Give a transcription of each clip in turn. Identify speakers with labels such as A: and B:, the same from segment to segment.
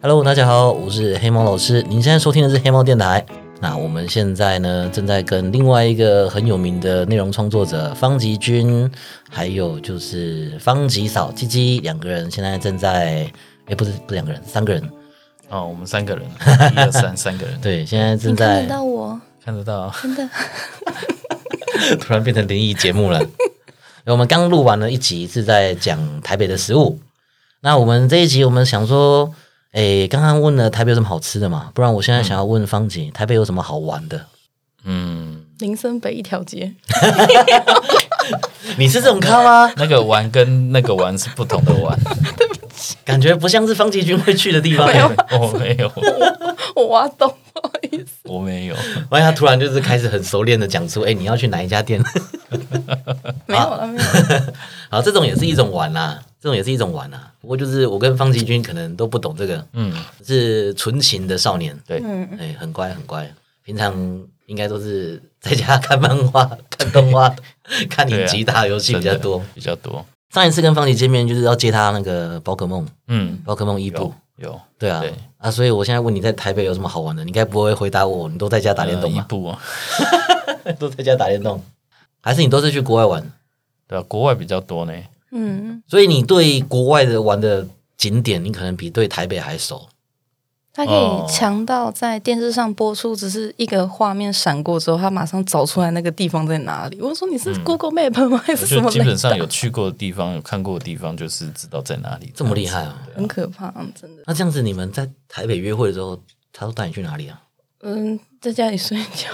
A: Hello，大家好，我是黑猫老师。您现在收听的是黑猫电台。那我们现在呢，正在跟另外一个很有名的内容创作者方吉君，还有就是方吉嫂鸡鸡两个人，现在正在，哎，不是不是两个人，三个人，
B: 哦，我们三个人，一二三，三个人，
A: 对，现在正
C: 你看
A: 在
C: 得到我，
B: 看得到。
C: 真的
A: 突然变成灵异节目了。我们刚录完了一集，是在讲台北的食物。那我们这一集，我们想说，诶，刚刚问了台北有什么好吃的嘛？不然我现在想要问方姐，台北有什么好玩的？
B: 嗯，
C: 林森北一条街，
A: 你是这种咖吗？
B: 那个玩跟那个玩是不同的 玩。
A: 感觉不像是方吉君会去的地方。
B: 我没 有，
C: 我挖洞， 不好意思。
B: 我没有。
A: 万一他突然就是开始很熟练的讲出，哎，你要去哪一家店？
C: 没有了，没有了。
A: 好，这种也是一种玩啦、啊这种也是一种玩啦、不过就是我跟方吉君可能都不懂这个，
B: 嗯，
A: 是纯情的少年。
B: 对，
C: 嗯，
A: 哎、很乖很乖，平常应该都是在家看漫画、 看动 画、看影集、打游戏比较多
B: 啊真。的比较多。
A: 上一次跟方姐见面就是要借他那个宝可梦，
B: 嗯，
A: 宝可梦伊布
B: 有，有
A: 对啊
B: 对
A: 啊，所以我现在问你在台北有什么好玩的，你该不会回答我，你都在家打电动
B: 呃一
A: 吧？
B: 部啊，
A: 都在家打电动，还是你都是去国外玩？
B: 对啊，国外比较多 呢。
C: 嗯，
A: 所以你对国外的玩的景点，你可能比对台北还熟。
C: 他可
B: 哦
C: 以强到在电视上播出，只是一个画面闪过之后，他马上找出来那个地方在哪里。我说你是 Google Map 吗？还
B: 我
C: 是
B: 就
C: 什么？啊
B: 基本上有，去过的地方，有看过的地方，就是知道在哪里。
A: 这么厉害啊
B: 对
C: 很可怕，真的。
A: 那这样子，你们在台北约会的时候，他都带你去哪里 啊？
C: 嗯，在家里睡觉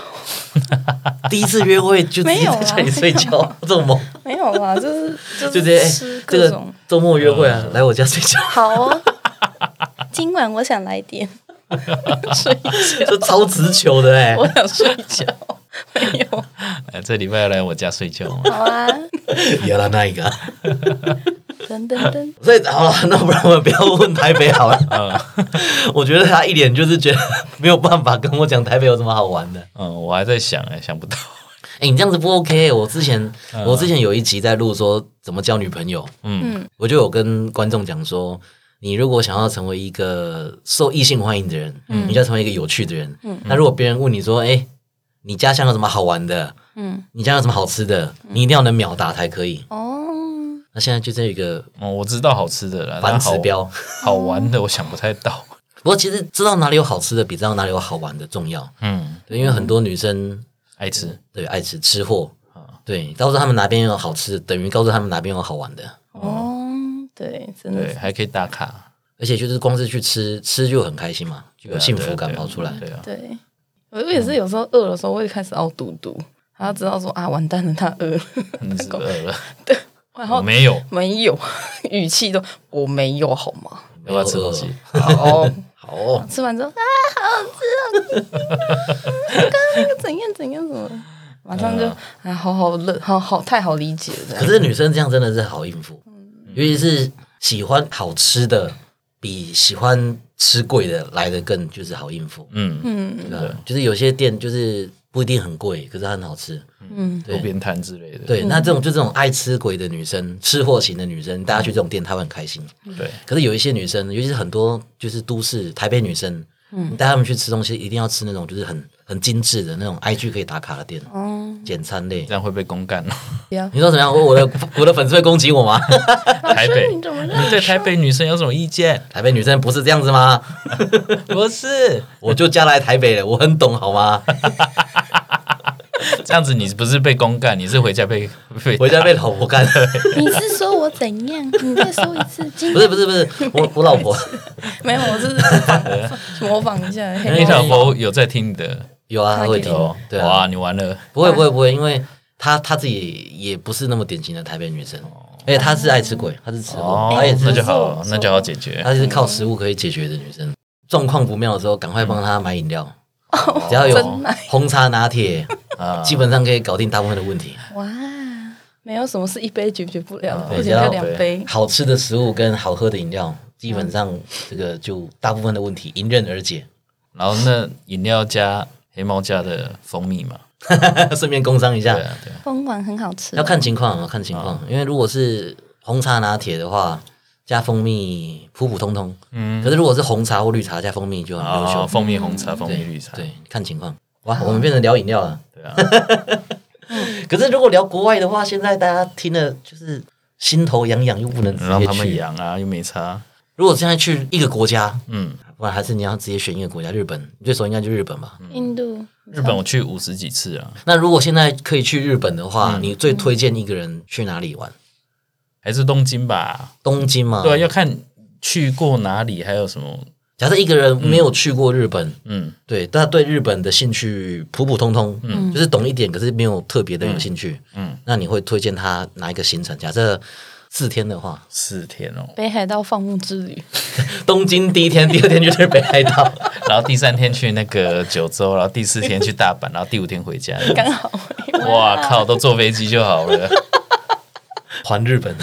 A: 第一次约会就直
C: 没
A: 接
C: 有啊
A: 在家里睡 觉，这么猛。
C: 没有啦，就是
A: 就
C: 就
A: 直接、
C: 是
A: 欸
C: 吃、
A: 这
C: 各
A: 个
C: 种
A: 周末约会啊，来我家睡觉，
C: 好哦。今晚我想来点睡觉，
A: 这超直球的哎、
C: 我想睡觉，没有。
B: 哎，这礼拜要来我家 睡觉吗？
C: 好啊，
A: 原来那一个，
C: 噔噔噔，
A: 所以好了， 那不然我们不要问台北好了。 我觉得他一脸就是觉得没有办法跟我讲台北有什么好玩的。
B: 嗯，我还在想，哎，想不到。
A: 哎、你这样子不 OK。我之前我之前有一集在录说怎么交女朋友，
B: 嗯
C: 嗯
A: 我就有跟观众讲说。你如果想要成为一个受异性欢迎的人，你就要成为一个有趣的人。那如果别人问你说：“哎、你家乡有什么好玩的？
C: 嗯，
A: 你家有什么好吃的，你一定要能秒答才可以。
C: 哦，
A: 那现在就这一个
B: 嗯，我知道好吃的啦，
A: 反
B: 但好
A: 指标。
B: 好玩的，我想不太到。
A: 不过其实知道哪里有好吃的，比知道哪里有好玩的重要。
B: 嗯，
A: 对，因为很多女生
B: 爱吃。
A: 对爱吃吃货，
B: 嗯
A: 对，告诉他们哪边有好吃的，等于告诉他们哪边有好玩的。
C: 哦，对，真的
B: 对，
C: 是，
B: 还可以打卡，
A: 而且就是光是去吃吃就很开心嘛，就有幸福感跑出来。
B: 啊对啊，
C: 对我我也是有时候饿的时候，我也开始熬嘟嘟，然后知道说啊，完蛋了，他饿了，
B: 你是饿 了，嗯呃
C: 然
B: 我
C: 后
B: 没有，
C: 没有语气都我没有好吗？
B: 要不要吃东西？
C: 哦，
A: 好哦，
C: 吃完之后啊， 好好吃哦，刚刚那个怎样怎样怎么，马上就啊，好好乐，好好太好理解
B: 啊
C: 了，
A: 嗯可是女生这样真的是好应付，尤其是喜欢好吃的，比喜欢吃贵的来的更就是好应付。
B: 嗯，
C: 嗯
A: 对啊，就是有些店就是不一定很贵，可是它很好吃。
C: 嗯，
A: 对
B: 路边摊之类的，
A: 对，那这种就这种爱吃鬼的女生，吃货型的女生，大家去这种店，她会很开心。
B: 对，
A: 可是有一些女生，尤其是很多就是都市台北女生，你带她们去吃东西，一定要吃那种就是很很精致的那种 IG 可以打卡的店，
C: 哦，
A: 简餐类
B: 这。样会被公 干哦。
C: 不要，
A: 你说怎么样？我我的我的粉丝会攻击我吗？
B: 台北，
C: 啊你怎么
B: 你对台北女生有什么意见？
A: 台北女生不是这样子吗？
B: 不是，
A: 我就嫁来台北了，我很懂好吗？
B: 这样子你不是被公干，你是回 家被被
A: 回家被老婆干。
C: 你是说我怎样？你再说一次，今
A: 不是不是不是，我我老婆
C: 没有，我是仿模仿一下。 黑
B: 你
C: 猫
B: 老婆有在听的
A: 有啊，她会听
B: 哦，，
A: 对啊，
B: 哇，你完了，
A: 不会不会不会，因为她她自己也不是那么典型的台北女生，而且她是爱吃鬼，她是吃货，
B: 哦
A: 她也
C: 是
A: 是
B: 那就好
C: 不，是
B: 那就好解决。
A: 她就是靠食物可以解决的女生。状况不妙的时候，赶快帮她买饮料，只要有
C: 真奶
A: 红茶拿铁，
B: 啊，
A: 基本上可以搞定大部分的问题。
C: 哇，没有什么是一杯解决不
B: 啊
C: 了的，
A: 对
C: 而且要两杯。
A: 好吃的食物跟好喝的饮料，基本上这个就大部分的问题迎刃而解。
B: 然后那饮料加黑猫加的蜂蜜嘛，
A: 顺便工商一下
B: 对，啊，啊对啊，
C: 蜂王很好吃
A: 啊要看情况，要看情况，因为如果是红茶拿铁的话，加蜂蜜普普通通，
B: 嗯
A: 可是如果是红茶或绿茶加蜂蜜就很优秀。
B: 啊，蜂蜜红茶、蜂蜜
A: 对
B: 绿茶，
A: 对，看情况。哇，我们变成聊饮料了。
B: 啊对啊，
A: 可是如果聊国外的话，现在大家听了就是心头痒痒，又不能直
B: 让
A: 接
B: 他们
A: 去。
B: 养啊，又没差，
A: 如果现在去一个国家，
B: 嗯，
A: 不然还是你要直接选一个国家，日本，你最熟应该就日本吧。
C: 印度、
B: 日本我去五十几次啊，
A: 那如果现在可以去日本的
B: 嗯
A: 话，你最推荐一个人去哪里玩？
B: 还是东京吧，
A: 东京嘛。
B: 对啊，要看去过哪里，还有什么，
A: 假设一个人没有去过日本，
B: 嗯，
A: 对，但对日本的兴趣普普通通，嗯，就是懂一点，可是没有特别的有兴趣，嗯，那你会推荐他哪一个行程？假设四天的话，
B: 四天哦，
C: 北海道放牧 之旅，
B: 嗯
A: 东京第一天，第二天就是北海道，
B: 然后第三天去那个九州，然后第四天去大阪，然后第五天回家，
C: 刚好
B: 哇靠，都坐飞机就好了，
A: 环日本。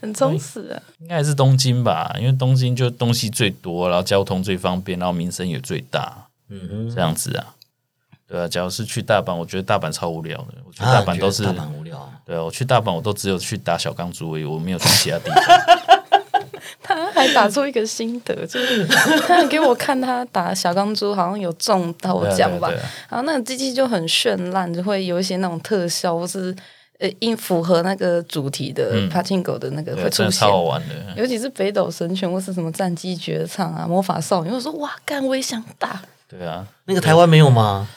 C: 很充实啊。
B: 应该还是东京吧，因为东京就东西最多，然后交通最方便，然后民生也最大，
A: 嗯哼，
B: 这样子啊。对啊，假如是去大阪，我觉得大阪超无聊的。我去
A: 啊
B: 大阪都是、
A: 觉得大阪无聊，
B: 对啊，我去大阪我都只有去打小钢珠而已，我没有去其他 地方。
C: 他还打出一个心得，就是 他给我看他打小钢珠，好像有中头
B: 对啊
C: 奖吧
B: 对啊对。啊
C: 然后那个机器就很绚烂，就会有一些那种特效，或是呃，应符合那个主题的 Pachinko 的那个
B: 嗯对
C: 会
B: 啊，真
C: 出
B: 的
C: 现
B: 超。好玩的。
C: 尤其是北斗神拳或是什么战机绝唱啊、魔法少女，我说哇，干我也想打，
B: 对啊，
A: 那个台湾没有吗？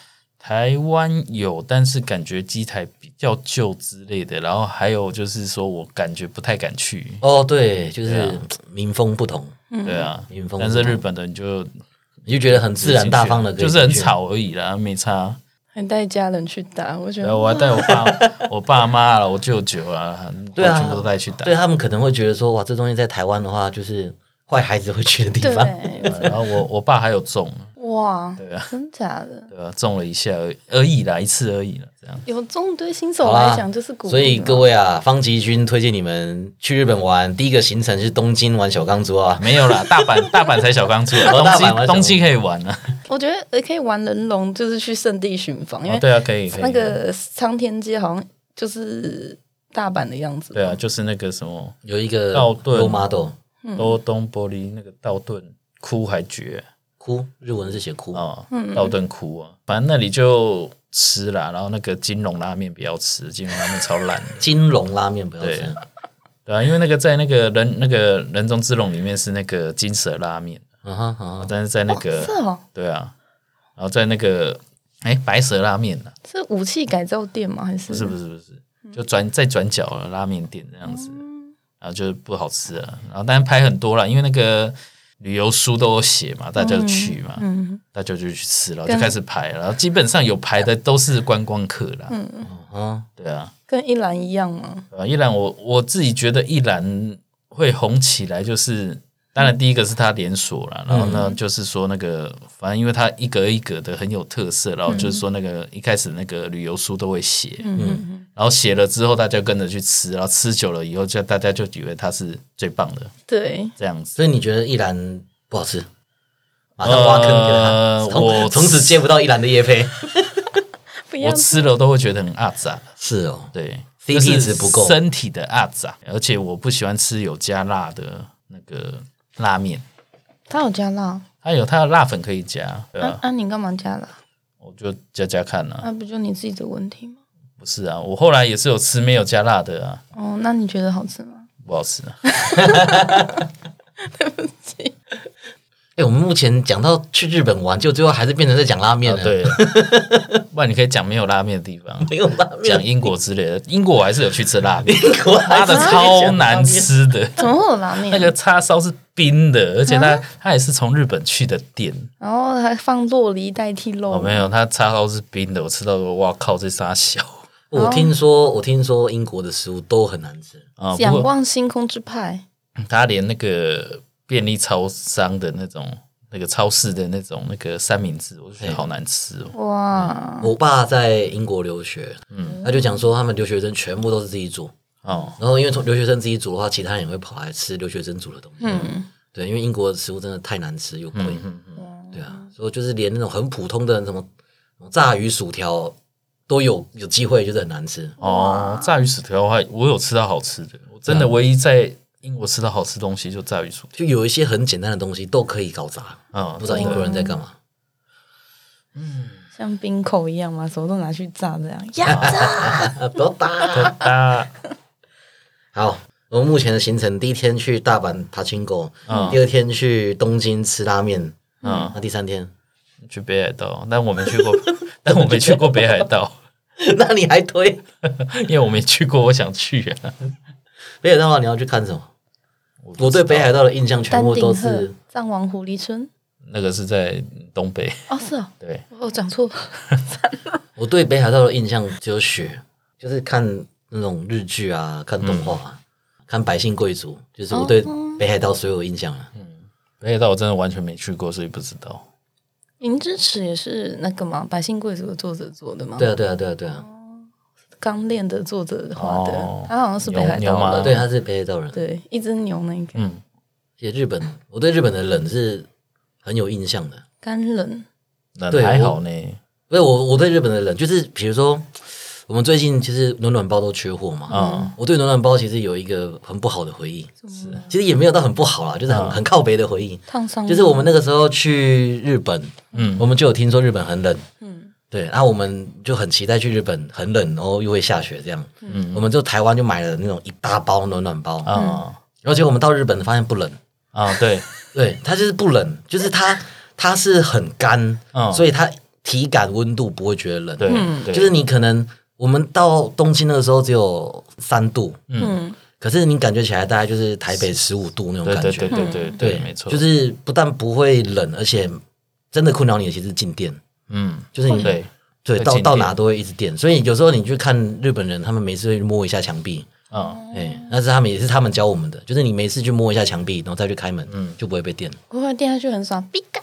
B: 台湾有，但是感觉机台比较旧之类的。然后还有就是说我感觉不太敢去。
A: 哦，对，就是
B: 对啊
A: 民风不同，
C: 嗯
B: 对啊
A: 民风，
B: 但是日本的你就
A: 你就觉得很自然大方的，
B: 就是很。吵而已啦，没差。
C: 还带家人去打，我觉
B: 然后
C: 得
B: 我还带我爸、我爸妈了，我舅舅啊，
A: 对啊
B: 全部都带去打。
A: 对他们可能会觉得说，哇，这东西在台湾的话，就是坏孩子会去的地
C: 对
A: 方。
B: 然后我我爸还有中，
C: 哇，
B: 对啊，
C: 真假的
B: 对啊，中了一下而已而已啦，一次而已啦，这样。
C: 有中对新
A: 好
C: 手
A: 啦
C: 来讲就是鼓励
A: 所
C: 嘛，
A: 以各位啊，方吉君推荐你们去日本玩，第一个行程是东京玩小钢珠啊。
B: 没有啦，大阪大阪才小刚出来，
A: 哦
B: 东
A: 大阪
B: 京
A: 玩小
B: 东京可以玩啊，
C: 我觉得也可以玩人龙，就是去圣地巡访，因
B: 哦
C: 为
B: 对啊，可以可以。
C: 那个苍天街好像就是大阪的样子。
B: 对啊，就是那个什么
A: 有一个
B: 道顿
A: role model
C: 嗯
B: 多东玻璃那个道顿窟还绝
A: 哭，日文是写哭。
B: 啊，
C: 嗯
B: 道顿窟啊，反正那里就吃啦，然后那个金龙拉面不要吃，金龙拉面超烂 的。
A: 金龙拉面不要吃
B: 对，对啊，因为那个在那个人那个人中之龙里面是那个金蛇拉面，
A: 嗯哼嗯哼，
B: 但是在那个、
C: 是哦，
B: 对啊，然后在那个哎白蛇拉面呢、
C: 是武器改造店吗？还是
B: 不是不是不是，就转在转角的拉面店这样子，然后就不好吃了，然后但是拍很多了，因为那个旅游书都有写嘛，大家就去嘛，大家就去吃，然后就
C: 跟
B: 开始排，然后基本上有排的都是观光客啦，
A: 嗯哼，
B: 对啊，
C: 跟一兰一样吗？
B: 对啊，一兰我我自己觉得一兰会红起来，就是当然第一个是它连锁啦，然后
C: 嗯
B: 呢就是说那个反正因为它一格一格的很有特色，然后就是说那个一开始那个旅游书都会写，
C: 嗯，
B: 然后写了之后大家跟着去吃，然后吃久了以后就大家就以为它是最棒的
C: 对，
B: 这样子。
A: 所以你觉得一兰不好吃？马上挖坑给他
B: 呃，我
A: 从从此接不到一兰的叶 飞。
C: 不
B: 我
C: 要
B: 吃了都会觉得很阿杂，
A: 是哦，
B: 对
A: CP
B: 就是
A: 值不够
B: 身体的阿杂，而且我不喜欢吃有加辣的那个拉面。
C: 他有加辣，
B: 它有它的辣粉可以加，对吧、
C: 啊啊，你干嘛加辣？
B: 我就加加看啊。
C: 那不就你自己的问题吗？
B: 不是啊，我后来也是有吃没有加辣的啊，
C: 哦，那你觉得好吃吗？
B: 不好吃、啊。
A: 哎，我们目前讲到去日本玩，就最后还是变成在讲拉面
B: 啊
A: 了。，
B: 对，不然你可以讲没有拉面的地方，
A: 没有拉
B: 讲
A: 面，
B: 英国之类的。英国我还是有去吃辣面，
A: 国
B: 拉
A: 还是
B: 的超难吃的，
C: 怎么会有拉面？
B: 那个叉烧是冰的，而且它它也是从日本去的店。
C: 然后还放洛梨代替
B: 哦，
C: 肉，
B: 没有，它叉烧是冰的，我吃到说哇靠，这沙小
A: 我听说，我听说英国的食物都很难吃。
B: 啊！不
C: 仰
B: 过
C: 望星空之派，
B: 它嗯连那个便利超商的那种。那个超市的那种那个三明治，我就觉得好难吃哦。
C: 哇，
A: 我爸在英国留学，嗯，他就讲说他们留学生全部都是自己煮，
B: 哦，
A: 然后因为从留学生自己煮的话，其他人也会跑来吃留学生煮的东西，嗯，对，因为英国的食物真的太难吃又贵，对啊，所以就是连那种很普通的什么什么炸鱼薯条都有有机会，就是很难吃。
B: 哦，炸鱼薯条的话，我有吃到好吃的，我真的唯一在英国吃到好吃东西就在于薯条，
A: 就有一些很简单的东西都可以搞砸，
B: 嗯，
A: 不知道英国人在干嘛。
C: 像冰口一样嘛，什么都拿去炸这样，呀
A: 啊，不要打。
B: 啊，
A: 好，我们目前的行程，第一天去大阪爬青狗，
B: 嗯
A: 第二天去东京吃拉面，
B: 嗯，
A: 那第三天，
B: 去北海道，但我没去过，但我没去过北海道，
A: 那你还推？
B: 因为我没去过，我想去啊。
A: 北海道的话你要去看什么？
B: 我不
A: 我对
B: 知道
A: 北海道的印象全
C: 丹
A: 部都
C: 顶鹤
A: 是，
C: 藏王狐狸村，
B: 那个是在东北，
C: 哦是哦，
B: 对，
C: 我有讲错，
A: 我对北海道的印象只有雪，就是看那种日剧啊，看动画、
B: 嗯
A: 啊，看百姓贵族，就是
C: 哦
A: 我对北海道所有印象
B: 嗯
A: 啊。
B: 北海道我真的完全没去过，所以不知道。
C: 银之匙也是那个嘛，百姓贵族的作者做的嘛，
A: 对啊，对啊，对啊，对啊，
C: 钢炼的作者画的，
B: 哦
C: 他好像是北海
B: 牛牛
C: 道
B: 嘛
C: 的，
A: 啊对，他是北海道人，
C: 对，一只牛那个
B: 嗯，
A: 也日本，我对日本的冷是很有印象的。
C: 干冷，
B: 那
A: 对
B: 还
A: 我
B: 好呢。
A: 不是我，我对日本的冷就是，比如说，我们最近其实暖暖包都缺货嘛。
B: 嗯
A: 我对暖暖包其实有一个很不好的回忆，
C: 是
A: 其实也没有到很不好啦，就是很、
B: 嗯
A: 很靠北的回忆。
C: 烫伤，
A: 就是我们那个时候去日本，
B: 嗯
A: 我们就有听说日本很冷，
C: 嗯，
A: 对，然后我们就很期待去日本，很冷，然后又会下雪这样。
B: 嗯
A: 我们就台湾就买了那种一大包暖暖包，
B: 啊
A: 而且我们到日本发现不冷，
B: 啊，对，
A: 对，它就是不冷，就是它它是很干，
B: 嗯，
A: 所
B: 以
A: 以它体感温度不会觉得冷。
B: 对
C: 嗯，
B: 对
A: 就是你可能我们到东京那个时候只有三度，
C: 嗯
A: 可是你感觉起来大概就是台北十五度那种
B: 对
A: 感
B: 对
A: 觉
B: 对，对
C: 嗯
B: 对对，没错，
A: 就是不但不会冷，而且真的困扰你的其实是静电，
B: 嗯，
A: 就是你
B: 对，
A: 对
B: 会
A: 到
B: 静电
A: 到哪都会一直电，所以有时候你去看日本人，他们没事会摸一下墙壁。
B: 嗯
A: 哎、那是他们也是他们教我们的，就是你没事去摸一下墙壁，然后再去开门，
B: 嗯
A: 就不会被电。
C: 我会电下去很爽，比嘎，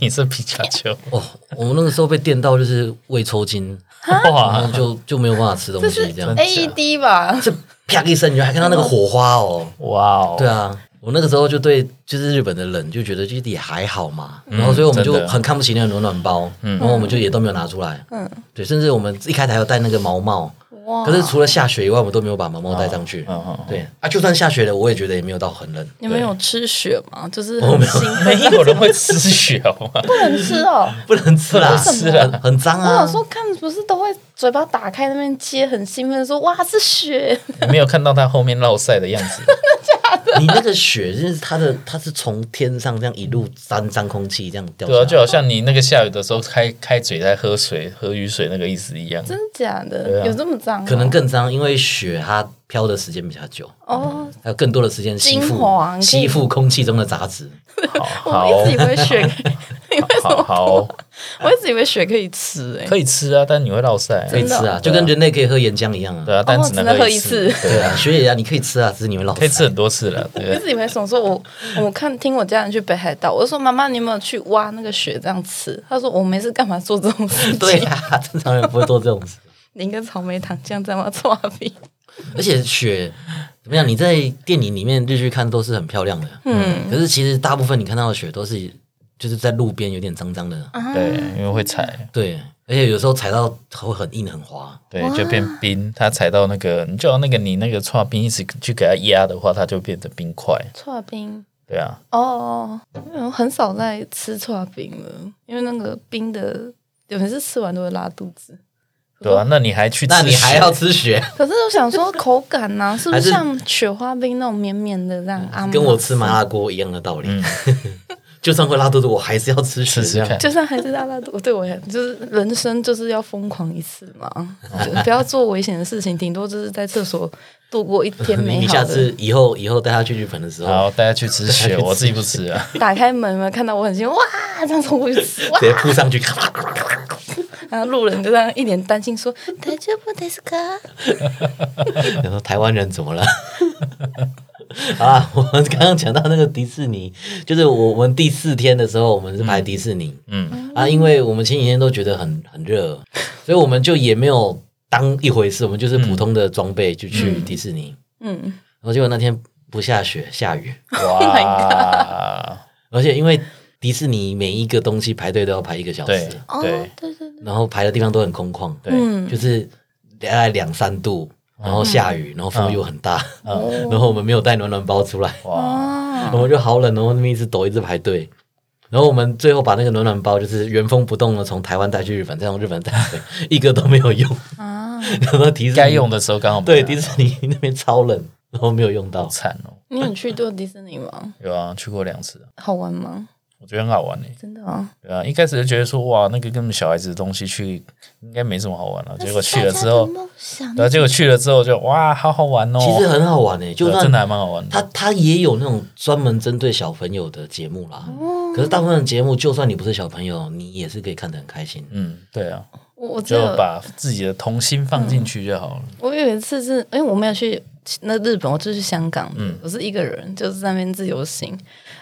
B: 你是皮卡丘，
A: 哦，我们那个时候被电到就是胃抽 筋，然
B: 哇
A: 后就就没有办法吃东
C: 这
A: 西，
C: 是
A: 这样啊
C: AED 吧？
A: 是啪一声，你就还看到那个火花哦。
B: 哇哦，
A: 对啊，我那个时候就对就是日本的冷就觉得就也还好嘛，然后所以我们就
B: 真的
A: 很看不起那个暖暖包，然后我们就也都没有拿出来，嗯，对，甚至我们一开始还有戴那个毛帽，
C: 哇
A: 可是除了下雪以外，我们都没有把毛毛戴上去，
B: 嗯嗯，嗯
A: 对啊，就算下雪了，我也觉得也没有到很冷，
C: 你们有吃雪吗？就是
A: 我
C: 很
A: 没有
C: 兴
B: 没
C: 奋，
B: 有人会吃雪 好吗？
C: 不能吃哦。
A: 不能吃啦，
B: 吃了，
A: 很脏
C: 我
A: 啊
C: 想，说，看不是都会嘴巴打开那边接，很兴奋地说哇是雪，
B: 你没有看到他后面落晒的样子，
A: 你那个雪就是它的，它是从天上这样一路沾沾空气这样掉
B: 对啊，
A: 下
B: 就
A: 来，
B: 好像你那个下雨的时候开开嘴在喝水、喝雨水那个意思一样。
C: 真的假
B: 对
C: 的？
B: 啊
C: 有这么脏吗？
A: 可能更脏，因为雪它飘的时间比较久。
C: 哦，
A: 还有更多的时间吸
C: 精
A: 附
C: 华你可以
A: 吸附空气中的杂质。
B: 好
C: 我一直以为雪， 因为什
B: 好好
C: 么？
B: 好，
C: 我一直以为雪可以吃哎
B: 可，以吃啊，但你会落晒
A: 可。以吃
C: 真的
A: 啊，就跟人类可以喝岩浆一样啊。
B: 对啊，但
C: 哦
B: 只能
C: 只能
B: 喝
C: 喝
B: 一
C: 一次
A: 对啊，雪野啊，你可以吃啊，只是你会老
B: 可以吃很多次了。对
C: 一，直以为什么时候我我看听我家人去北海道，我就说妈妈，你有没有去挖那个雪这样吃？她说我没事干嘛做这种 事 情？
A: 对啊，正常人不会做这种事。
C: 淋个草莓糖浆在吗？ 搓冰，
A: 而且雪怎么样？你在电影里面日剧看都是很漂亮的，嗯。可是其实大部分你看到的雪都是就是在路边有点脏脏的，
B: 对，
C: 啊
B: 因为会踩，
A: 对。而且有时候踩到会很硬很滑，
B: 对，就变冰。它踩到那个，你就要那个你那个串冰一直去给它压的话，它就变成冰块。
C: 搓冰
B: 对啊，
C: 哦，因为我很少在吃搓冰了，因为那个冰的有每次吃完都会拉肚子。
B: 对啊，那你还去吃？
A: 那你还要？吃雪，
C: 可是我想说口感呢、是不
A: 还是
C: 是像雪花冰那种绵绵的这样啊？
A: 跟我吃麻辣锅一样的道理。 就算会拉肚子，我还嗯是要吃啊雪。
B: 试试
A: 这样
B: 看。
C: 就算还是拉拉肚，对我也就是人生就是要疯狂一次嘛， 就不要做危险的事情，顶多就是在厕所度过一天
A: 你
C: 美
A: 你
C: 好
A: 下
C: 的。
A: 次以后以后带他去日本的时候，
B: 好，大家去 吃雪，我自己不吃啊。
C: 打开门有没有看到我很兴奋哇，这样冲过去吃 哇
A: 直，接扑上去，咔啦咔啦咔啦咔啦
C: 然后路人就这样一脸担心说：“大丈夫ですか
A: 然后台湾人怎么了？ 好啦，我们刚刚讲到那个迪士尼，就是我们第四天的时候，我们是排迪士尼、
B: 嗯，
A: 啊，因为我们前几天都觉得很很热，所以我们就也没有当一回事，我们就是普通的装备就去迪士尼，？”
C: 嗯，
A: 然后结果那天不下雪，下雨，
C: Oh
B: 哇，
A: 而且因为迪士尼每一个东西排队都要排一个小
B: 对
A: 时，
C: 哦，
B: 对
C: 对对对，
A: 然后排的地方都很空旷，
B: 对，
C: 嗯
A: 就是大概两三度，然后下雨，然后风又很大，
C: 嗯
A: 然后我们没有带暖暖包出来，
B: 嗯哇，
C: 啊，
A: 我们就好冷，然后那边一直抖，一直排队。然后我们最后把那个暖暖包就是原封不动的从台湾带去日本，再从日本带 回，一个都没有用。
C: 啊，
A: 然后迪士尼
B: 该用的时候刚好没
A: 对
B: 拿
A: 迪士尼那边超冷，然后没有用到
B: 好。惨哦，
C: 你有去过迪士尼吗？
B: 有啊，去过两次，
C: 好玩吗？
B: 我觉得很好玩诶。
C: 真的啊，
B: 对啊，一开始就觉得说哇，那个跟小孩子的东西去应该没什么好玩了、结果去了之后，对、啊，结果去了之后就哇，好好玩哦，
A: 其实很好玩诶、欸就
B: 对啊
A: 算
B: 真的还蛮好玩
A: 他
B: 的。
A: 他也有那种专门针对小朋友的节目啦。
B: 哦
A: 可是大部分的节目，就算你不是小朋友，你也是可以看得很开心。
B: 嗯，对啊，
C: 我我只
B: 就
C: 有
B: 把自己的童心放进去就好了。
C: 我有一次是，因为我没有去那日本，我就去香港，
B: 嗯
C: 我是一个人，就是在那边自由行，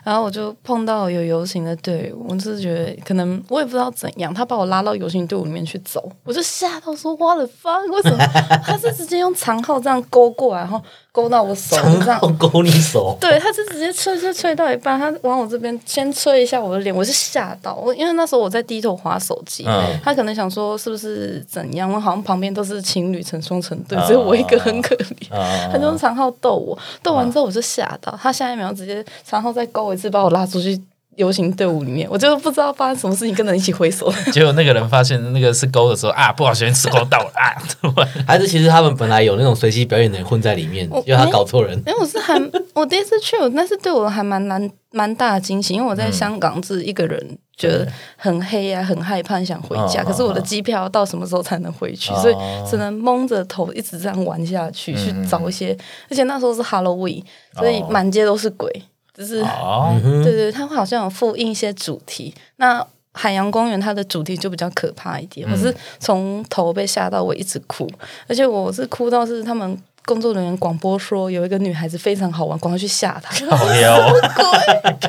C: 然后我就碰到有游行的队伍，我就是觉得可能我也不知道怎样，他把我拉到游行队伍里面去走，我就吓到说我的妈，为什么他是直接用长号这样勾过来，然后勾到我手
A: 长
C: 这样
A: 号。勾你手，
C: 对，他是直接吹吹吹到一半，他往我这边先吹一下我的脸，我是吓到我，因为那时候我在低头划手机，
B: 嗯
C: 他可能想说是不是怎样，我好像旁边都是情侣成双成对，只有我一个很可怜。
B: 啊
C: 他就用长号逗我，逗完之后我就吓到，他下一秒直接长号再勾我一次，把我拉出去游行队伍里面，我就不知道发生什么事情，跟着一起挥手。
B: 结果那个人发现那个是勾的时候啊，不小心手勾到了啊，突然
A: 还是其实他们本来有那种随机表演的人混在里面，
C: 我
A: 因为他搞错人。
C: 因为哎我是还我第一次去，我那是对我还蛮蛮蛮大的惊喜，因为我
B: 嗯
C: 在香港是一个人，觉得很黑啊，很害怕，想回家。
B: 嗯嗯
C: 可是我的机票要到什么时候才能回去，
B: 哦
C: 所以只能蒙着头一直这样玩下去，去找一些。而且那时候是 Halloween，所以
B: 嗯哦
C: 满街都是鬼，就是、
B: 哦，
C: 对对对，它会好像有复印一些主题。那海洋公园它的主题就比较可怕一点，我是从头被吓到尾，一直哭，而且我是哭到是他们工作人员广播说有一个女孩子非常好玩，赶快去吓她，
B: 靠腰，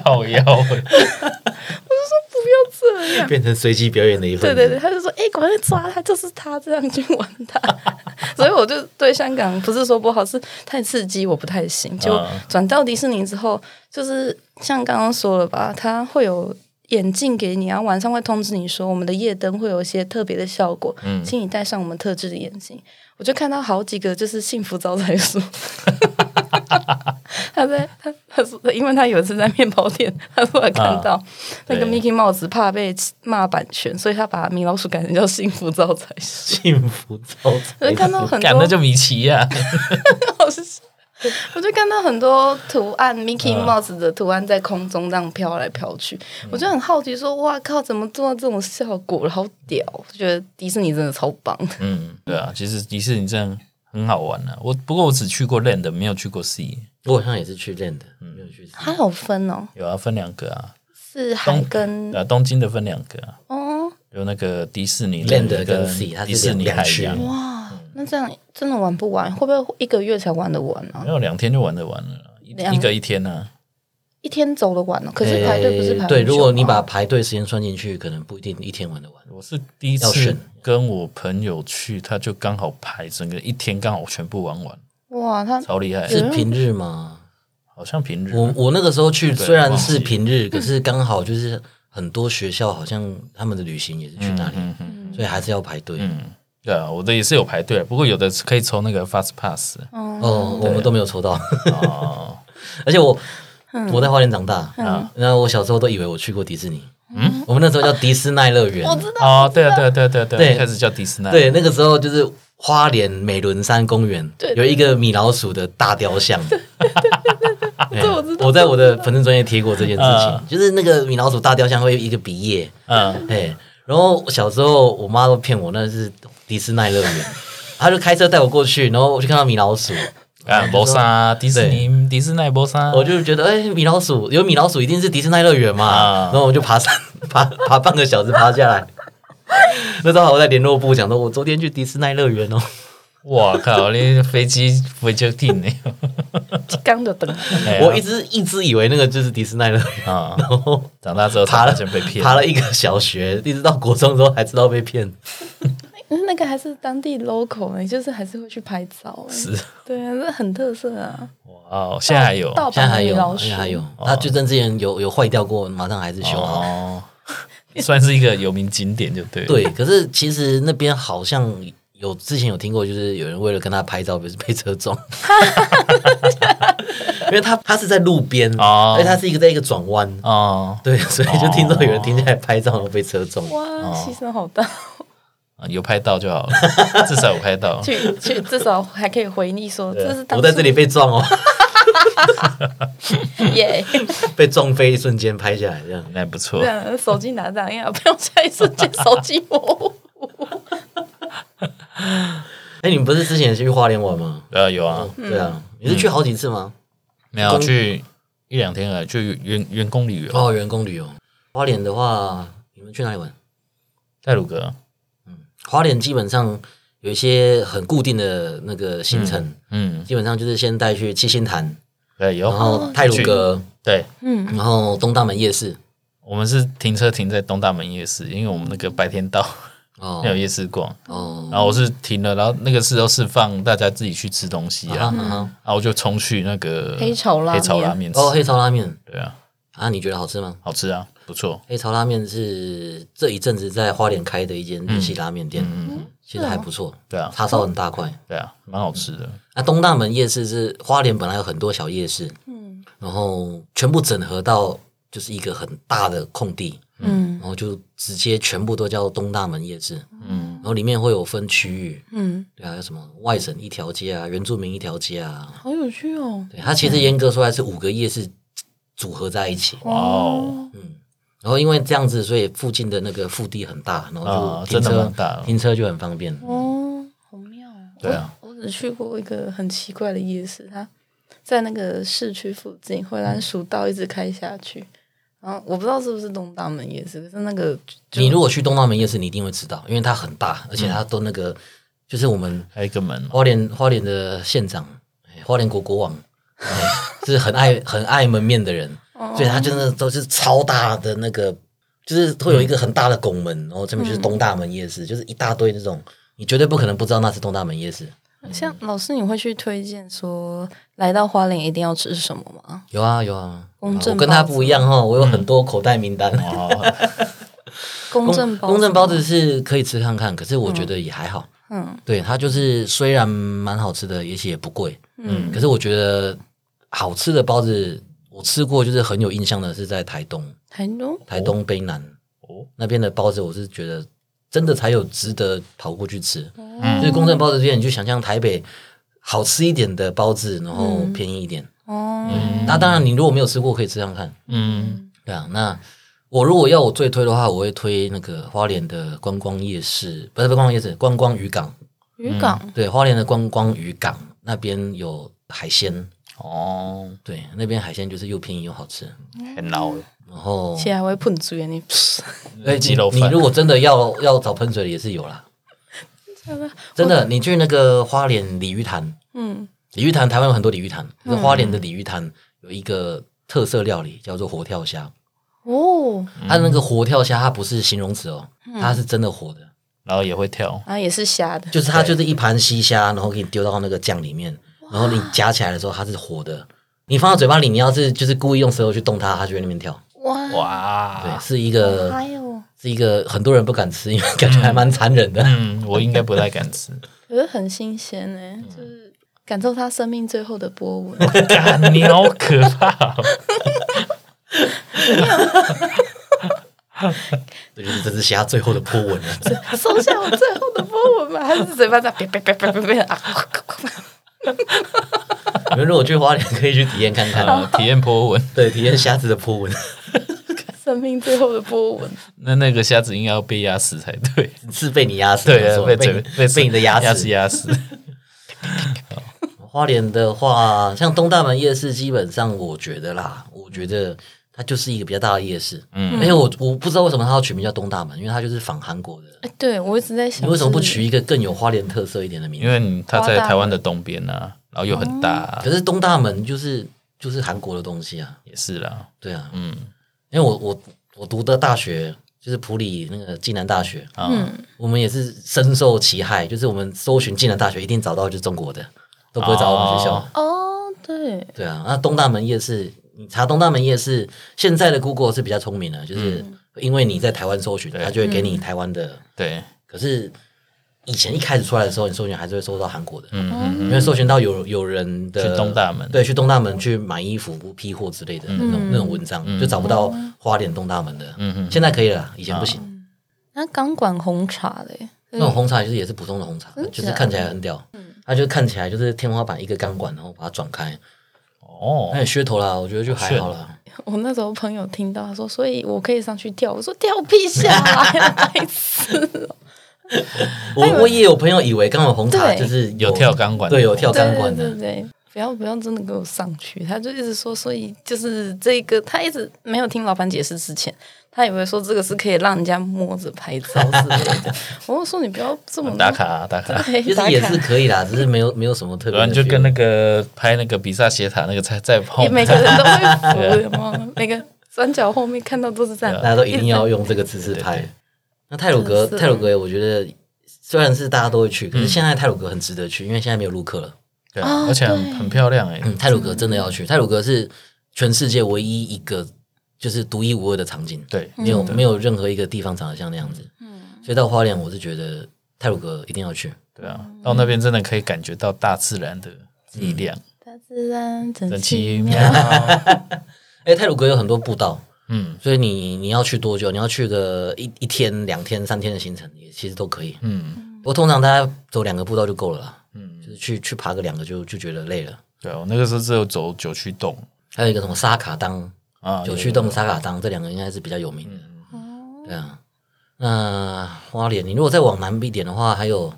B: 靠腰，
C: 不要这样。
A: 变成随机表演的一份
C: 对
A: 子。
C: 对对，他就说：“哎、赶快抓她，就是她，这样去玩她。” 所以我就对香港不是说不好，是太刺激，我不太行。就
B: 嗯
C: 转到迪士尼之后，就是像刚刚说了吧，它会有眼镜给你，然后晚上会通知你说我们的夜灯会有一些特别的效果，请你戴上我们特制的眼镜。我就看到好几个就是幸福招财树。他在他他说，因为他有一次在面包店，他说他看到、那个
B: 对
C: Mickey 帽子怕被骂版权，所以他把米老鼠改成叫幸福招财树。
A: 幸福招
C: 我
A: 财
C: 就看到很
B: 哎干那
C: 多
B: 就米奇呀、啊，
C: 老师， 我就看到很多图案，Mickey Mouse 的图案在空中这样飘来飘去，
B: 嗯
C: 我就很好奇说，哇靠，怎么做到这种效果？好屌！我觉得迪士尼真的超棒的。
B: 嗯，对啊，其实迪士尼真的很好玩啊。我不过我只去过 Land，没有去过 Sea，
A: 我好像也是去练的，嗯没有去。
C: 它有分哦，
B: 有啊，分两个啊，
C: 是海跟
B: 对啊，东京的分两个啊，
C: 哦，
B: 有那个迪士尼
A: Land 跟
B: 跟
A: Sea，它是
B: 迪士尼
A: 两
B: 海
A: 区
B: 洋，
C: 哇，那这样真的玩不完？会不会一个月才玩得完呢、啊
B: 没？有两天就玩得完了啦，一
C: 两
B: 一个一天啊呢、
C: 一天走得完呢、哦可
B: 哎
C: 是排队不是排很久吗、
A: 诶对，如果你把排队时间算进去，可能不一定一天玩得完。
B: 我是第一
A: 要
B: 次
A: 选
B: 跟我朋友去，他就刚好排整个一天，刚好全部玩完，
C: 哇，它
B: 超厉害，
A: 是平日吗？
B: 好像平日
A: 我我那个时候去
B: 对
A: 虽然
B: 忘记
A: 是平
C: 嗯
A: 日，可是刚好就是很多学校好像他们的旅行也是去那里，
B: 嗯嗯
A: 所以还是要排队。
B: 嗯，对啊，我的也是有排队，不过有的可以抽那个 Fast Pass
A: 哦，我们都没有抽到，
B: 哦，
A: 而且我我在花莲长大，然后我小时候都以为我去过迪士尼。嗯，我们那时候叫迪士尼乐园
C: 我，知道
B: 哦，对啊，对啊，对啊，对啊，对啊，
A: 对
B: 一开始叫迪士尼，
A: 对，那个时候就是花莲美仑山公园有一个米老鼠的大雕像。对
C: 这我知道
A: 我在我的粉丝专业贴过这件事
B: 嗯
A: 情，就是那个米老鼠大雕像会有一个鼻叶，
B: 嗯，
A: 哎，然后我小时候我妈都骗我那是迪士尼乐园，她就开车带我过去，然后我就看到米老鼠，
B: 啊，博莎，迪士尼，迪士尼博莎，
A: 我就觉得哎，米老鼠有米老鼠一定是迪士尼乐园嘛
B: 啊，
A: 然后我就爬山爬爬半个小时爬下来。 那时候我在联络部讲说，我昨天去迪士尼乐园哦，
B: 哇靠，你飞机飞就停 呢，
C: 刚的灯，
B: 哎呀
A: 我一直一直以为那个就是迪士尼乐园，
B: 啊，
A: 然后
B: 长大之后才
A: 爬
B: 发
A: 了
B: 现被骗，
A: 爬了一个小学，一直到国中之后才知道被骗。
C: 嗯那个还是当地 local，呢就是还是会去拍照。是，对啊，这很特色啊。
B: 哇哦，现在还有
C: 盗
A: 现在
C: 版的
A: 还
C: 米
A: 有，
C: 老
A: 现
C: 鼠，
A: 在还有，它
B: 哦
A: 就正之前有有坏掉过，马上还是啊修好。
B: 哦，算是一个有名景点就对了，
A: 对，可是其实那边好像有之前有听过，就是有人为了跟他拍照，不是被车撞， 因为他他是在路边，
B: 哦
A: 而且他是一个在一个转弯，
B: 哦，
A: 对，所以就听到有人停下来拍照，然后被车撞。
C: 哇，牺牲好 大，
B: 啊有拍到就好了，至少有拍到。
C: 去去至少还可以回忆说
A: 对啊
C: 这是当
A: 我在 这里被撞哦，
C: 初耶，
A: 被撞飞，一瞬间拍下来这样。
B: 那还不错
A: 啊
C: 这，样啊手机拿这样，不用下一瞬 间手机模糊。
A: 哎，你们不是之前也去花莲玩吗？
B: 呃，有啊，
C: 嗯
A: 对啊，你是去好几次吗？
B: 没有去一两天而已，就员员工旅游，
A: 哦，员工旅游。花莲的话，你们去哪里玩？
B: 泰鲁阁，
A: 花莲基本上有一些很固定的那个行程，
B: 嗯，
A: 基本上就是先带去七星潭，
B: 对，
A: 然
B: 有，
A: 后泰鲁阁，
B: 对，
C: 嗯，
A: 然后东大门夜市。
B: 我们是停车停在东大门夜市，因为我们那个白天到
A: 哦
B: 没有夜市逛，
A: 哦，
B: 然后我是停了，然后那个时候是放大家自己去吃东西
A: 啊
B: 啊，
A: 啊
B: 然后我就冲去那个
C: 黑潮拉面
B: 黑潮拉面吃，
A: 哦，黑潮拉面
B: 对啊，
A: 啊，你觉得好吃吗？
B: 好吃啊，不错，
A: 黑潮拉面是这一阵子在花莲开的一间日系拉面
B: 嗯
A: 店，其实还不错，
B: 对啊，
A: 叉烧很大块。
B: 对啊，蛮好吃的，
A: 那东大门夜市是花莲本来有很多小夜市，
C: 嗯
A: 然后全部整合到就是一个很大的空地，
C: 嗯
A: 然后就直接全部都叫东大门夜市，
B: 嗯，
A: 然后里面会有分区域，
C: 嗯，
A: 对啊，有什么外省一条街啊，原住民一条街啊，
C: 好有趣哦。
A: 对，它其实严格说来是五个夜市组合在一起，
B: 哇哦，
A: 然后因为这样子，所以附近的那个腹地很大，然后
B: 啊，
A: 就停
B: 真的
A: 车、
B: 蛮大的，
A: 停车就很方便。
C: 哦，好妙哦。
B: 对啊
C: 我，我只去过一个很奇怪的夜市，它在那个市区附近，回南蜀道一直开下去。然后我不知道是不是东大门夜市，可是那个就
A: 你如果去东大门夜市，你一定会知道，因为它很大，而且它都那个、就是我们
B: 还有一个门，哦
A: 花莲花莲的县长，哎花莲国国王，哎是很爱 很爱门面的人，所以他真的都是超大的那个，就是会有一个很大的拱门，然后这边就是东大门夜
C: 嗯
A: 市，就是一大堆那种，你绝对不可能不知道那是东大门夜市。
C: 像老师，你会去推荐说来到花莲一定要吃什么吗？
A: 有啊有啊，
C: 公正
A: 我跟他
C: 包子嗯
A: 不一样哦，我有很多口袋名单。
B: 哦，
C: 公正包
A: 公正包
C: 子
A: 子是可以吃看看，可是我觉得也还好。
C: 嗯
A: 对，它就是虽然蛮好吃的，也许也不贵。
C: 嗯
A: 可是我觉得好吃的包子，我吃过就是很有印象的是在台东，
C: 台东
A: 台东卑南、
B: 哦
A: 那边的包子，我是觉得真的才有值得跑过去吃。
B: 嗯
A: 就是公正包子这边，你就想象台北好吃一点的包子，然后便宜一点。
C: 哦，
A: 那当然，你如果没有吃过，可以吃看看。
B: 嗯，
A: 对啊，那我如果要我最推的话，我会推那个花莲的观光夜市，不是不是观光夜市，观光渔港。
C: 渔港
A: 对，花莲的观光渔港那边有海鲜，
B: 哦，
A: 对，那边海鲜就是又便宜又好吃。
B: 很老了，
A: 然后，
C: 且还会喷猪眼，你
A: 哎，
B: 鸡肉
A: 你
B: 饭，
A: 你如果真的要要找喷水的也是有啦，真的，你去那个花莲鲤鱼潭，
C: 嗯
A: 鲤鱼潭台湾有很多鲤鱼潭，可是花莲的鲤鱼潭有一个特色料理叫做活跳虾，
C: 哦，
A: 它那个活跳虾它不是形容词哦，它是真的活的。
B: 然后也会跳，
C: 然后啊也是虾的，
A: 就是它就是一盘西虾，然后给你丢到那个酱里面，然后你夹起来的时候它是活的，你放到嘴巴里，你要是就是故意用舌头去动它，它就会那边跳。
C: 哇
A: 对，
B: 哇，
A: 是一个
C: 嗨哦，
A: 是一个很多人不敢吃，因为感觉还蛮残忍的。
B: 嗯，我应该不太敢吃，
C: 可是很新鲜哎、就是感受它生命最后的波纹。
A: 啊
B: 干你好可怕哦，
A: 这就是这只虾最后的波纹啊了。
C: 收下我最后的波纹吧，还是嘴巴在别别别别别别 啊！
A: 你们如果去花莲，可以去体验看看，
B: 呃，体验波纹，
A: 对，体验虾子的波纹，
C: 生命最后的波纹，
B: 那那个虾子应该要被压死才 对，
A: 是被你压死，没
B: 对
A: 错
B: 啊，被
A: 被
B: 嘴
A: 你被你的牙
B: 压死
A: 齿。
B: 压死，
A: 花莲的话，像东大门夜市，基本上我觉得啦，我觉得它就是一个比较大的夜市。嗯，而且我我不知道为什么它要取名叫东大门，因为它就是仿韩国的。
C: 哎，对我一直在想，
A: 你为什么不取？一个更有花莲特色一点的名
B: 因
A: 字？
B: 为你它在台湾的东边啊，然后又很大啊，
C: 哦
A: 可是东大门就是就是韩国的东西啊，
B: 也是啦，
A: 对啊，
B: 嗯，
A: 因为我我我读的大学就是普里那个暨南大学，
B: 啊，
C: 嗯
A: 我们也是深受其害，就是我们搜寻暨南大学一定找到就是中国的，都不会找到我们学校。
B: 哦
C: 哦，对，
A: 对啊，那东大门夜市，你查东大门夜市，现在的 Google 是比较聪明的，就是因为你在台湾搜寻，它就会给你台湾的。
B: 对，
A: 可是以前一开始出来的时候，你授权还是会收到韩国的，
B: 嗯
C: 哦
B: 嗯
A: 因为授权到有有人的
B: 去东大门
A: 对，去东大门去买衣服、批货之类的那种那种文章，就找不到花莲东大门的。
B: 嗯嗯，啊
A: 现在可以了，以前不行。
C: 那钢管红茶嘞，
A: 那种红茶就是也是普通的红茶
C: 真的，嗯
A: 就是看起来很屌，它就看起来就是天花板一个钢管，然后把它转开，
B: 哦
A: 那，有噱头啦，我觉得就还好啦。
C: 我那时候朋友听到他说，所以我可以上去跳，我说跳屁下来， 白痴哦。
A: 我我也有朋友以为钢管红茶
C: 哎对
A: 就是
B: 有跳钢管的
A: 对，有跳
C: 对
A: 钢管
C: 对
A: 的
C: 对，对，不要不要真的给我上去，他就一直说，所以就是这个，他一直没有听老板解释之前，他以为说这个是可以让人家摸着拍照之类 的。我就说你不要这么
B: 打卡啊打卡，
C: 对，
A: 其
C: 打
A: 实
C: 卡
A: 也是可以啦，只是没有没有什么特别
B: 然
A: 的
B: 后
A: feel。
B: 你就跟那个拍那个比萨斜塔那个在在后
C: 也每
B: 面
C: 个人 都
A: 啊
C: 会扶，有没有？每个转角后面看到都是这样。
A: 大家都一定要用这个姿势
B: 呃对对
A: 拍。那泰鲁格，
C: 真是
A: 泰鲁格，我觉得虽然是大家都会去，可是
B: 嗯
A: 现在泰鲁格很值得去，因为现在没有陆客了。
B: 对，
C: 哦
B: 而且很
C: 对
B: 很漂亮哎，
A: 嗯，泰鲁格真的要去，泰鲁格是全世界唯一一个就是独一无二的场景，
B: 对，
C: 嗯
A: 没有没有任何一个地方长得像那样子。所以到花莲，我是觉得泰鲁格一定要去。
B: 对啊，到那边真的可以感觉到大自然的力
A: 嗯
B: 量，
C: 大自然
B: 很
C: 真
B: 奇
C: 奇妙。
B: 妙。
A: 哎，泰鲁格有很多步道，
B: 嗯
A: 所以你你要去多久？你要去个一一天、两天、三天的行程，也其实都可以。
B: 嗯
A: 不过通常大家走两个步道就够了啦，
B: 嗯，
A: 就是去去爬个两个就就觉得累了。
B: 对啊，我那个时候只有走九曲洞
A: 还有一个什么沙卡当，
B: 啊，
A: 九
B: 有
A: 曲洞、沙卡当，这两个应该是比较有名的。对啊，那花莲，你如果再往南一点的话，还有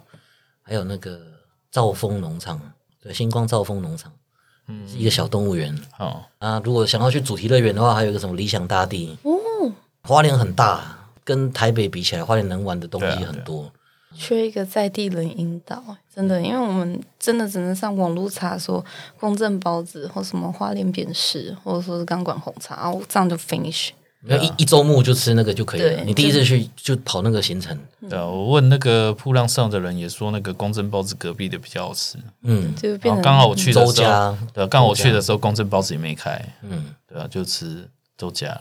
A: 还有那个兆丰农场，对，星光兆丰农场，
B: 嗯
A: 是一个小动物园
B: 哦，
A: 啊。如果想要去主题乐园的话，还有一个什么理想大地。哦，花莲很大，跟台北比起来，花莲能玩的东
B: 对啊
A: 西
B: 对啊
A: 很多。
C: 缺一个在地人引导，真的，因为我们真的只能上网络查说公正包子或什么花莲扁食，或者说是钢管红茶，然后这样就 finish。
A: 没有一一周目就吃那个就可以了。
C: 对
A: 你第一次去就跑那个行程，
C: 嗯
B: 对啊，我问那个铺浪上的人也说，那个公正包子隔壁的比较好吃。
A: 嗯，
C: 就
B: 然
C: 变
B: 后
C: 成
B: 刚好我去的
A: 周
B: 时候，
A: 家，
B: 对，啊刚好我去的时候公正包子也没开，
A: 嗯，
B: 对啊，就吃周家。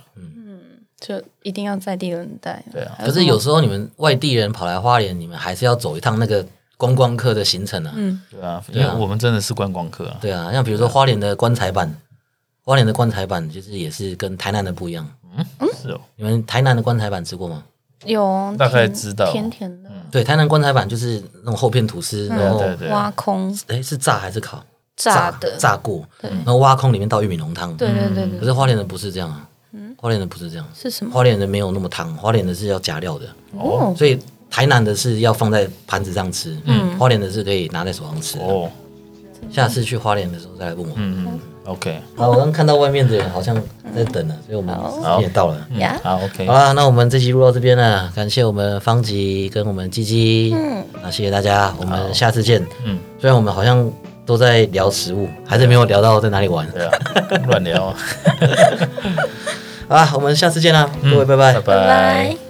C: 就一定要在地人带。
B: 对啊
C: 还
A: 可
C: 什
A: 是
C: 么
A: 有时候你们外地人跑来花莲，你们还是要走一趟那个观光客的行程啊。
C: 嗯，
B: 对啊，因
A: 对
B: 为
A: 啊
B: 我们真的是观光客啊，
A: 对啊，像比如说花莲的棺材板，花莲的棺材板就是也是跟台南的不一样。
B: 是哦，
A: 你们台南的棺材板吃过吗？
C: 有
B: 大概
C: 甜
B: 知道
C: 甜甜的
A: 对，台南棺材板就是那种厚片吐司，然后
B: 对对啊
C: 挖空
A: 哎是炸还是烤？
C: 嗯炸的，
A: 炸过，然后挖空里面倒玉米浓汤。
C: 对对对
B: 嗯
A: 可
C: 对，
A: 是花莲的不是这样啊，花莲的不是这样，
C: 是什么？
A: 花莲的没有那么汤，花莲的是要加料的，
B: 哦
C: 哦
A: 所以台南的是要放在盘子上吃，嗯，花莲的是可以拿在手上吃的。
B: 哦，
A: 下次去花莲的时候再来问我。
B: 嗯嗯，OK，
A: 好，我刚看到外面的人好像在等了，所以我们时间也到了。
C: 呀，
B: 好 OK，
A: 好啊啦，那我们这期录到这边了，感谢我们方吉跟我们鸡鸡，嗯，那谢谢大家，我们下次见。
B: 嗯，
A: 虽然我们好像都在聊食物，还是没有聊到在哪里玩。
B: 对啊，乱聊
A: 啊
B: 啊，
A: 好啦，我们下次见啦，各位，拜拜
B: 拜
C: 拜拜。